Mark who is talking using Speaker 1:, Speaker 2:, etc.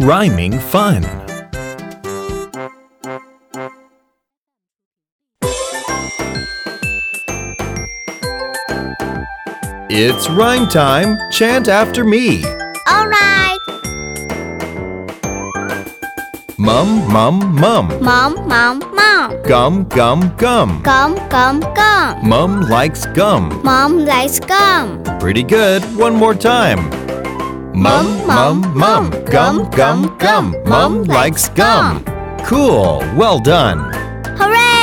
Speaker 1: Rhyming fun. It's rhyme time. Chant after me.
Speaker 2: All right.
Speaker 1: Mum, mum, mum.
Speaker 2: Mom, mom, mom.
Speaker 1: Gum, gum, gum.
Speaker 2: Gum, gum, gum.
Speaker 1: Mum likes gum.
Speaker 2: Mom likes gum.
Speaker 1: Pretty good. One more time. Mum, mum, mum. Gum, gum, gum. Mum likes gum. Cool. Well done.
Speaker 2: Hooray!